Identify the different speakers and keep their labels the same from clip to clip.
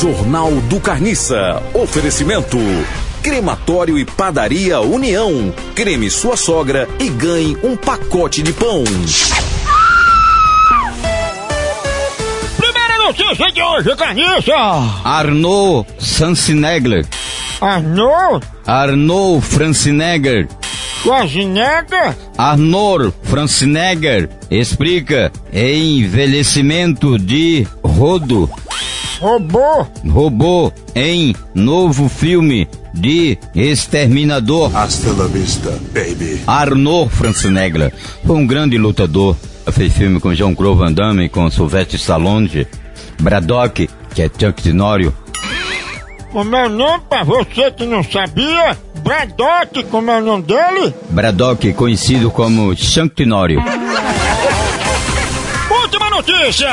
Speaker 1: Jornal do Carniça. Oferecimento. Crematório e Padaria União. Creme sua sogra e ganhe um pacote de pão.
Speaker 2: Primeira notícia de hoje, Carniça!
Speaker 3: Arnaud Sansinegler,
Speaker 2: Arnold
Speaker 3: Arnaud Francinegger,
Speaker 2: Schwarzenegger
Speaker 3: Arnor Francinegger explica envelhecimento de rodo
Speaker 2: roubou
Speaker 3: robô em novo filme de Exterminador.
Speaker 4: Hasta la vista, baby.
Speaker 3: Arnaud Francinegger foi um grande lutador. Fez filme com Jean-Claude Van Damme, com Sylvester Stallone, Braddock, que é Chuck Dinório,
Speaker 2: o meu nome, pra você que não sabia, Braddock, como é o nome dele?
Speaker 3: Braddock conhecido como Chuck Dinório.
Speaker 2: Última notícia!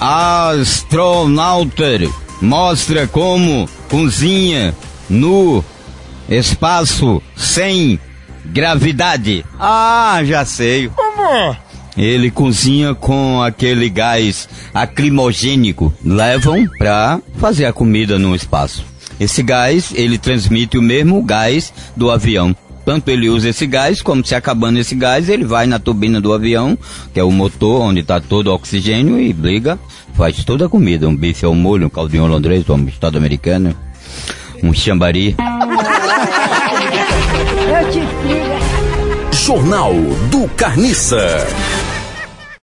Speaker 3: Astronauter mostra como cozinha no espaço sem gravidade. Ah, já sei.
Speaker 2: Como é?
Speaker 3: Ele cozinha com aquele gás acrimogênico. Levam pra fazer a comida no espaço. Esse gás, ele transmite o mesmo gás do avião. Tanto ele usa esse gás, como se acabando esse gás, ele vai na turbina do avião, que é o motor onde está todo o oxigênio, e briga, faz toda a comida. Um bife ao molho, um caldinho holandês, um estado americano, um chambari.
Speaker 1: Jornal do Carniça.